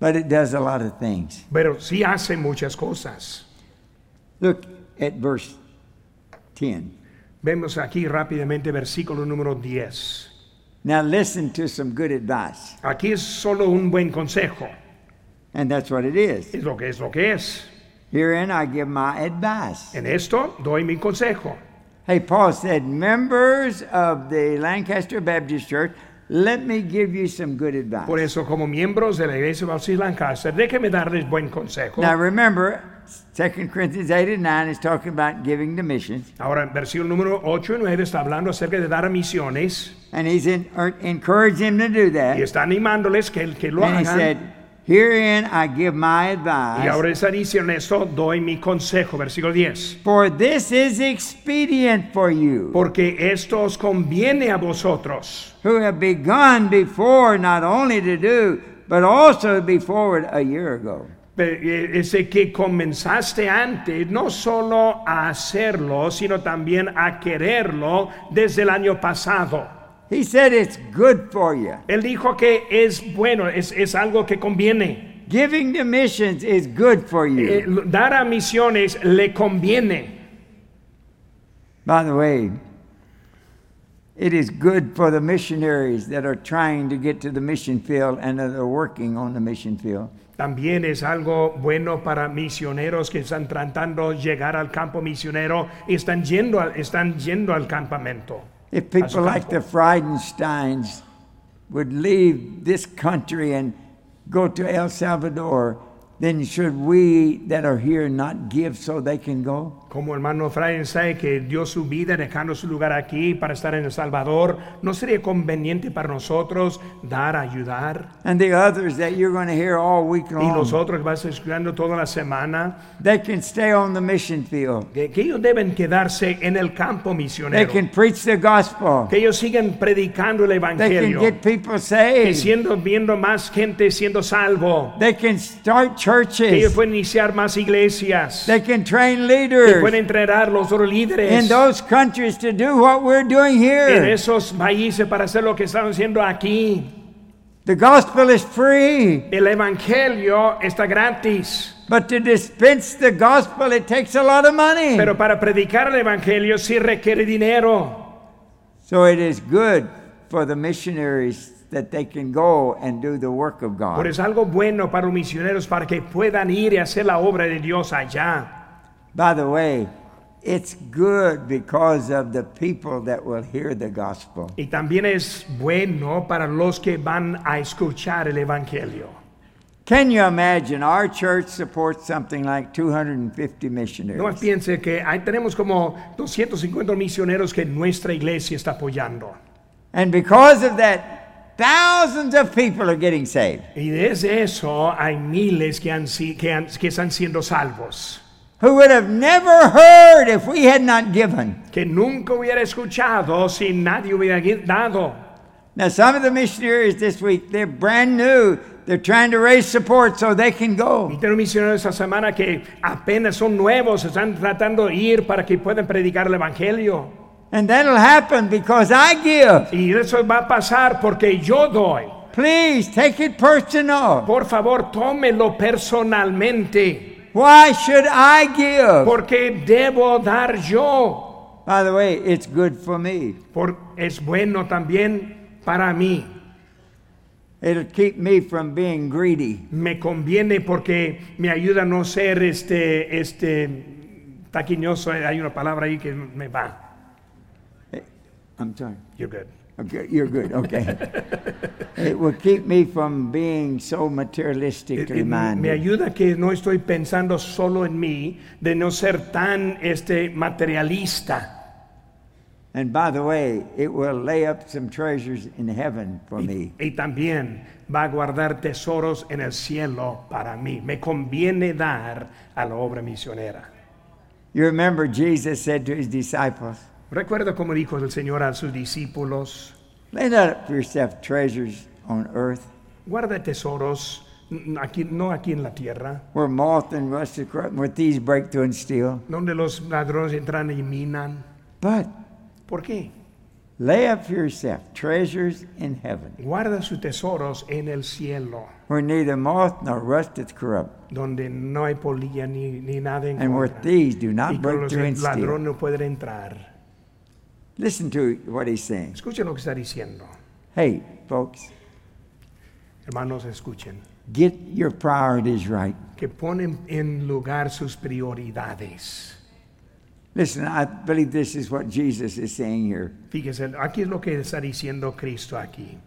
S1: But it does a lot of things.
S2: pero sí hace muchas cosas.
S1: Look at verse 10.
S2: Vemos aquí rápidamente versículo número 10.
S1: Now, listen to some good advice,
S2: Aquí es solo un buen consejo,
S1: and that's what it is.
S2: es lo que es lo que es.
S1: Herein I give my advice.
S2: En esto doy mi consejo.
S1: Hey, Paul said, Members of the Lancaster Baptist Church, let me give you some good
S2: Por
S1: advice.
S2: eso, como miembros de la iglesia de Bautista Lancaster, déjeme darles buen consejo.
S1: Now, remember, 2 Corinthians 8 and 9 is talking about giving to missions,
S2: Ahora, en versículo número 8 y 9 está hablando acerca de dar a misiones.
S1: and he's in, er, encouraged him to do
S2: y
S1: that.
S2: está animándoles que, que lo
S1: And he
S2: hagan.
S1: said, Herein I give my
S2: y
S1: advice.
S2: ahora está diciendo esto, doy mi consejo, versículo 10.
S1: For this is expedient for you.
S2: Porque esto os conviene a vosotros,
S1: who have begun before not only to do, but also to be forward a year ago.
S2: Pe- eh, ese que comenzaste antes, no solo a hacerlo, sino también a quererlo desde el año pasado.
S1: He said it's good for you.
S2: Él dijo que es bueno, es, es algo que conviene.
S1: Giving to missions is good for you.
S2: Eh, lo- dar a misiones le conviene.
S1: By the way, it is good for the missionaries that are trying to get to the mission field and that are working on the mission field.
S2: También es algo bueno para misioneros que están tratando llegar al campo misionero y están yendo al, están yendo al campamento.
S1: If
S2: a
S1: people like the
S2: couple.
S1: Friedensteins would leave this country and go to El Salvador then should we that are here not give so they can go?
S2: Como hermano Fray sabe que dio su vida dejando su lugar aquí para estar en El Salvador, ¿no sería conveniente para nosotros dar, ayudar?
S1: And the others that you're going to hear all week
S2: Y
S1: long,
S2: nosotros que vas escuchando toda la semana,
S1: they can stay on the mission field.
S2: que, que ellos deben quedarse en el campo
S1: They
S2: misionero,
S1: can preach the gospel.
S2: que ellos sigan predicando el
S1: They can
S2: Evangelio,
S1: get people
S2: que
S1: saved.
S2: siendo viendo más gente siendo salvo,
S1: They can start
S2: que ellos
S1: churches.
S2: pueden iniciar más iglesias,
S1: They can train
S2: que pueden
S1: leaders
S2: entrenar los otros
S1: in
S2: líderes
S1: those countries to do what we're doing
S2: en
S1: here.
S2: esos países para hacer lo que están haciendo aquí.
S1: The gospel is free,
S2: El evangelio está gratis,
S1: but to dispense the gospel, it takes a lot of money.
S2: pero para predicar el evangelio sí requiere dinero.
S1: So it is good for the missionaries that they can go and do the work of
S2: Por
S1: God.
S2: eso algo bueno para los misioneros para que puedan ir y hacer la obra de Dios allá.
S1: By the way, it's good because of the people that will hear the gospel.
S2: Y también es bueno para los que van a escuchar el evangelio.
S1: Can you imagine our church supports something like 250
S2: No más
S1: missionaries?
S2: piense que ahí tenemos como 250 misioneros que nuestra iglesia está apoyando.
S1: And because of that, thousands of people are getting saved.
S2: Y desde eso hay miles que, han, si- que, han- que están siendo salvos,
S1: who would have never heard if we had not given.
S2: que nunca hubiera escuchado si nadie hubiera dado.
S1: Now, some of the missionaries this week, they're brand new. They're trying to raise support so they can
S2: Y
S1: go.
S2: tengo misioneros esta semana que apenas son nuevos, están tratando de ir para que puedan predicar el Evangelio.
S1: And that'll happen because I give.
S2: Y eso va a pasar porque yo doy.
S1: Please take it personal.
S2: Por favor, tómelo personalmente,
S1: Why should I give?
S2: porque debo dar yo.
S1: By the way, it's good for me.
S2: Por, es bueno también para mí.
S1: It'll keep me from being greedy.
S2: Me conviene porque me ayuda a no ser este, este taquiñoso. Hay una palabra ahí que me va.
S1: I'm sorry.
S2: You're good.
S1: Okay, you're good. Okay. it will keep me from being so
S2: Eh,
S1: materialistically
S2: eh, Me
S1: minded.
S2: ayuda que no estoy pensando solo en mí, de no ser tan este materialista.
S1: And by the way, it will lay up some treasures in heaven for me.
S2: Y también va a guardar tesoros en el cielo para mí. Me conviene dar a la obra misionera.
S1: You remember Jesus said to his disciples,
S2: Recuerda como dijo el Señor a sus discípulos,
S1: Lay not up for yourself treasures on earth
S2: guarda tesoros n- aquí, no aquí en la tierra,
S1: where moth and rust is corrupt, where thieves break through and steal,
S2: donde los ladrones entran y minan.
S1: but
S2: ¿Por qué?
S1: lay up for yourself treasures in heaven
S2: Guarda sus tesoros en el cielo,
S1: where neither moth nor rust doth corrupt
S2: donde no hay polilla ni, ni nada en
S1: and where
S2: contra.
S1: thieves do
S2: y
S1: not
S2: con
S1: break
S2: los
S1: through and
S2: ladrones
S1: steal.
S2: no pueden entrar.
S1: Listen to what he's saying.
S2: Escuchen lo que está diciendo.
S1: Hey, folks,
S2: Hermanos, escuchen.
S1: get your priorities right.
S2: Que ponen en lugar sus prioridades.
S1: Listen, I believe this is what Jesus is saying here.
S2: Fíjense, aquí es lo que está diciendo Cristo aquí.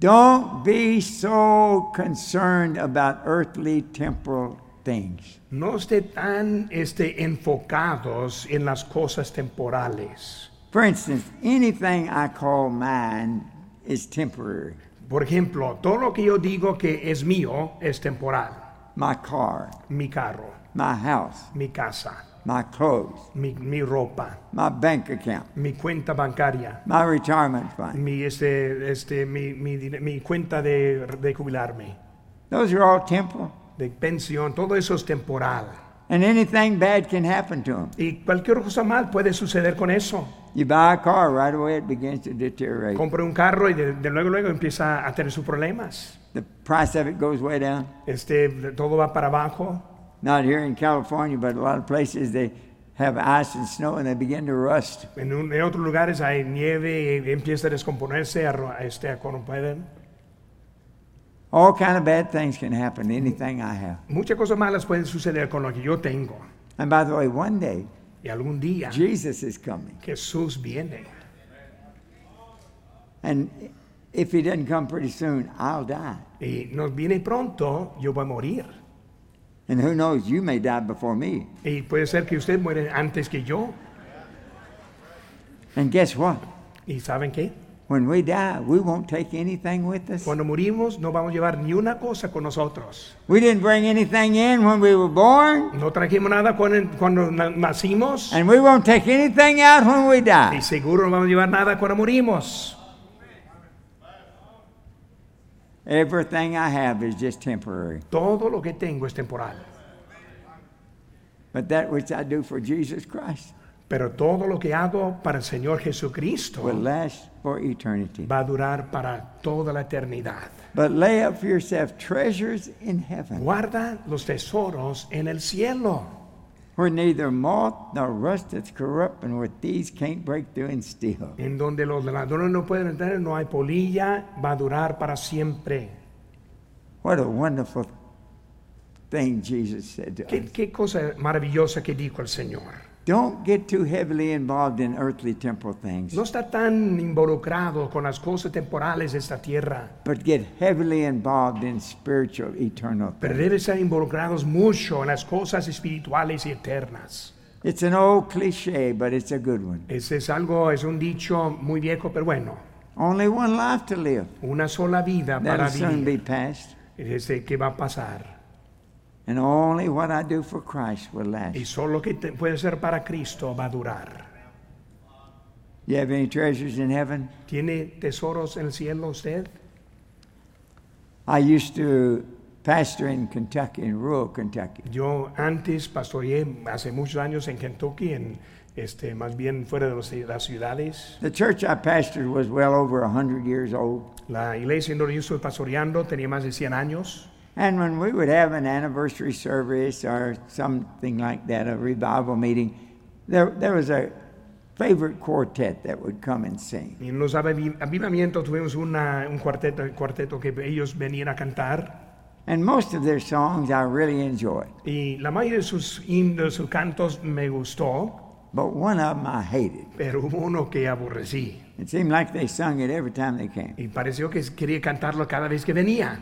S1: Don't be so concerned about earthly temporal things.
S2: No estén tan este, enfocados en las cosas temporales.
S1: For instance, anything I call mine is temporary.
S2: Por ejemplo, todo lo que yo digo que es mío es temporal.
S1: My car,
S2: Mi carro,
S1: my house,
S2: mi casa,
S1: my clothes,
S2: mi, mi ropa,
S1: my bank account,
S2: mi cuenta bancaria,
S1: my retirement fund.
S2: mi, este, este, mi, mi, din- mi cuenta de, de jubilarme.
S1: Those are all temporal,
S2: de pensión, todo eso es temporal.
S1: and anything bad can happen to them.
S2: Y cualquier cosa mal puede suceder con eso.
S1: You buy a car, right away it begins to deteriorate.
S2: Compre un carro y de, de luego luego empieza a tener sus problemas.
S1: The price of it goes way down.
S2: Este, todo va para abajo.
S1: Not here in California, but a lot of places they have ice and snow and they begin to rust.
S2: En, un- en otros lugares hay nieve y empieza a descomponerse, a, ro- a este, a corromper.
S1: All kind of bad things can happen. to Anything I have.
S2: Muchas cosas malas pueden suceder con lo que yo tengo.
S1: And by the way, one day
S2: Y algún día
S1: Jesus is coming,
S2: Jesús viene.
S1: and if He doesn't come pretty soon, I'll die.
S2: Y nos viene pronto, yo voy a morir.
S1: And who knows, you may die before me.
S2: Y puede ser que usted muere antes que yo.
S1: And guess what?
S2: ¿Y saben qué?
S1: When we die, we won't take anything with us.
S2: Cuando morimos no vamos a llevar ni una cosa con nosotros.
S1: We didn't bring anything in when we were born,
S2: No trajimos nada cuando, cuando na- nacimos
S1: and we won't take anything out when we
S2: y
S1: die.
S2: seguro no vamos a llevar nada cuando morimos.
S1: Everything I have is just temporary.
S2: Todo lo que tengo es temporal,
S1: But that which I do for Jesus Christ
S2: pero todo lo que hago para el Señor Jesucristo
S1: will last for eternity.
S2: va a durar para toda la eternidad.
S1: But lay up for yourself treasures in heaven
S2: Guarda los tesoros en el cielo,
S1: where neither moth nor rust doth corrupt and where thieves can't break through and steal.
S2: en donde los ladrones no pueden entrar, no hay polilla, va a durar para siempre.
S1: What a wonderful thing Jesus said to us.
S2: Qué, qué cosa maravillosa que dijo el Señor.
S1: Don't get too heavily involved in earthly temporal things,
S2: No está tan involucrado con las cosas temporales de esta tierra.
S1: but get heavily involved in spiritual eternal
S2: Pero
S1: things.
S2: debe estar involucrados mucho en las cosas espirituales y eternas.
S1: It's an old cliche, but it's a good one.
S2: Ese es algo, es un dicho muy viejo, pero bueno,
S1: Only one life to live.
S2: una sola vida para
S1: That'll soon
S2: vivir.
S1: be past.
S2: Este, ¿Qué va a pasar?
S1: And only what I do for Christ will
S2: Y
S1: last.
S2: solo que te- puede ser para Cristo va a durar.
S1: You have any treasures in heaven?
S2: ¿Tiene tesoros en el cielo usted?
S1: I used to pastor in Kentucky, in rural Kentucky.
S2: Yo antes pastoreé hace muchos años en Kentucky, en, este, más bien fuera de los- las ciudades.
S1: The church I pastored was well over 100 years old.
S2: La iglesia en donde yo estoy pastoreando tenía más de 100 años.
S1: And when we would have an anniversary service or something like that, a revival meeting, there, there was a favorite quartet that would come and sing.
S2: Y en los aviv- avivamientos tuvimos una- un cuarteto, cuarteto que ellos venían a cantar.
S1: And most of their songs I really enjoyed,
S2: Y la mayoría de sus, himnos, de sus cantos me gustó,
S1: but one of them I hated.
S2: pero hubo uno que aborrecí.
S1: It seemed like they sung it every time they came.
S2: Y pareció que quería cantarlo cada vez que venía.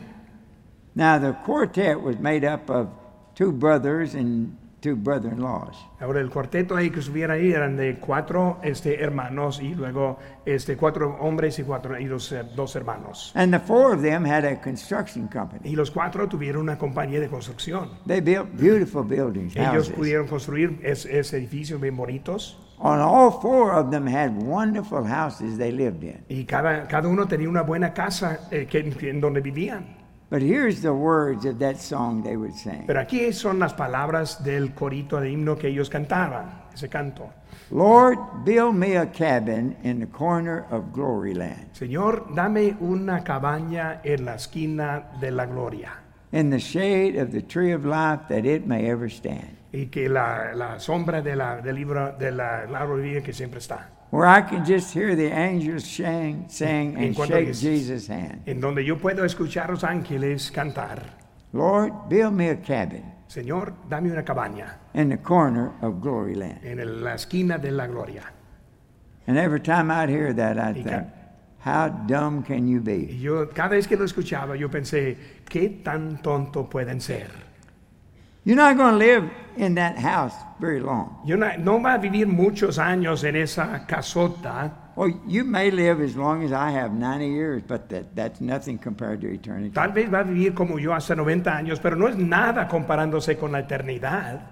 S1: Now, the quartet was made up of two brothers and two brother in laws.
S2: Ahora el cuarteto ahí que estuviera ahí eran de cuatro este, hermanos y luego este, cuatro hombres y, cuatro, y dos, eh, dos hermanos.
S1: And the four of them had a construction company.
S2: Y los cuatro tuvieron una compañía de construcción.
S1: They built beautiful buildings,
S2: Ellos
S1: houses.
S2: pudieron construir es- es edificios bien bonitos.
S1: On all four of them had wonderful houses they lived in.
S2: Y cada, cada uno tenía una buena casa eh, que, que- en donde vivían.
S1: But here's the words of that song they would sing
S2: Pero aquí son las palabras del corito de himno que ellos cantaban, ese canto.
S1: Lord, build me a cabin in the corner of glory land,
S2: Señor, dame una cabaña en la esquina de la gloria
S1: in the shade of the tree of life, that it may ever stand,
S2: y que la, la sombra de la, del libro, de la, la árbol de vida que siempre está.
S1: where I can just hear the angels sing, sing
S2: En
S1: and
S2: cuanto
S1: shake
S2: dices-
S1: Jesus' hand.
S2: En donde yo puedo escuchar a los ángeles cantar.
S1: Lord, build me a cabin
S2: Señor, dame una cabaña
S1: in the corner of glory land.
S2: en el- la esquina de la gloria.
S1: And every time I'd hear that, I'd
S2: You
S1: think,
S2: got-
S1: how dumb can you
S2: Y
S1: be?
S2: yo cada vez que lo escuchaba, yo pensé, ¿qué tan tonto pueden ser?
S1: You're not going to live in that house very long.
S2: Yo no, no va a vivir muchos años en esa casota.
S1: Or you may live as long as I have, 90 years, but that, that's nothing compared to eternity.
S2: Tal vez va a vivir como yo hasta 90 años, pero no es nada comparándose con la eternidad.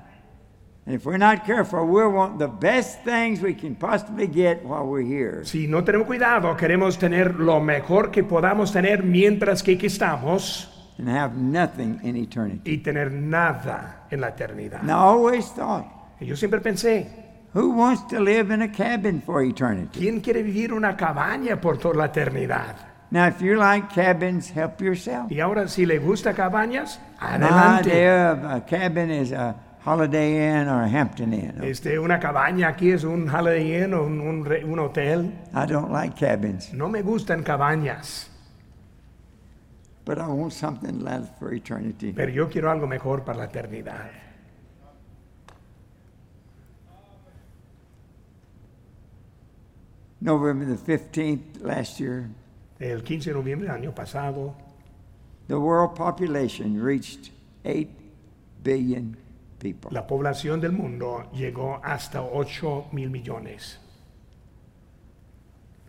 S1: And if we're not careful, we'll want the best things we can possibly get while we're here.
S2: Si no tenemos cuidado, queremos tener lo mejor que podamos tener mientras que aquí estamos
S1: and have nothing in eternity.
S2: y tener nada en la eternidad.
S1: And I always thought,
S2: Y yo siempre pensé,
S1: who wants to live in a cabin for eternity?
S2: ¿quién quiere vivir una cabaña por toda la eternidad?
S1: Now, if you like cabins, help yourself.
S2: Y ahora, si le gusta cabañas,
S1: My
S2: adelante.
S1: idea of a cabin is a Holiday Inn or a Hampton Inn.
S2: Este, una cabaña aquí es un Holiday Inn o un- un re- un hotel.
S1: I don't like cabins,
S2: No me gustan cabañas.
S1: but I want something that lasts for eternity.
S2: Pero yo quiero algo mejor para la eternidad.
S1: November the 15th last year,
S2: El 15 de noviembre del año pasado,
S1: the world population reached 8 billion people.
S2: La población del mundo llegó hasta 8 mil millones.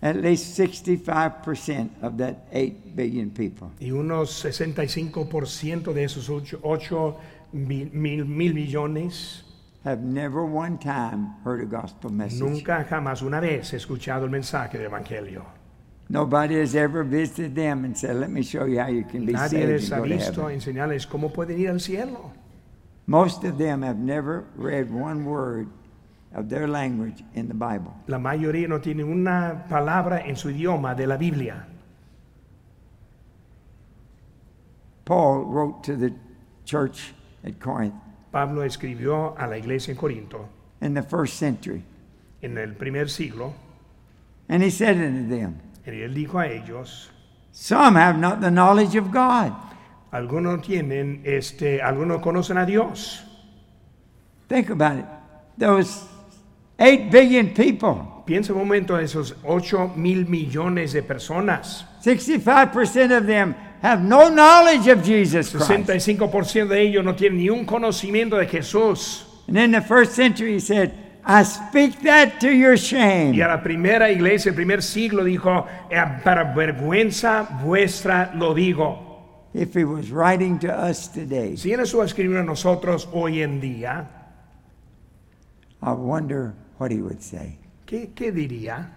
S1: At least 65% of that 8 billion people
S2: Y unos 65% de esos 8, mil, mil- mil millones
S1: have never one time heard a gospel message.
S2: nunca jamás una vez he escuchado el mensaje del Evangelio.
S1: Nobody has ever visited them and said, Let me show you how you can be
S2: Nadie
S1: saved
S2: les
S1: and
S2: ha
S1: go to
S2: visto
S1: heaven.
S2: enseñarles cómo pueden ir al cielo.
S1: Most of them have never read one word of their language in the Bible.
S2: La mayoría no tiene una palabra en su idioma de la Biblia.
S1: Paul wrote to the church at Corinth
S2: Pablo escribió a la iglesia en Corinto
S1: in the first century,
S2: en el primer siglo
S1: and he said unto them,
S2: y él dijo a ellos,
S1: Some have not the knowledge of God.
S2: algunos tienen, este, algunos conocen a Dios.
S1: Think about it. Those 8 billion people,
S2: Piensa un momento en esos 8 mil millones de personas.
S1: 65% of them have no knowledge of Jesus Christ.
S2: 65% de ellos no tienen ni un conocimiento de Jesús.
S1: And in the first century, he said, I speak that to your shame.
S2: Y a la primera iglesia, el primer siglo, dijo, "Eh, para vergüenza vuestra lo digo.
S1: If he was writing to us today,
S2: Si él estuvo escribiendo a nosotros hoy en día,
S1: I wonder what he would say.
S2: ¿qué, qué diría?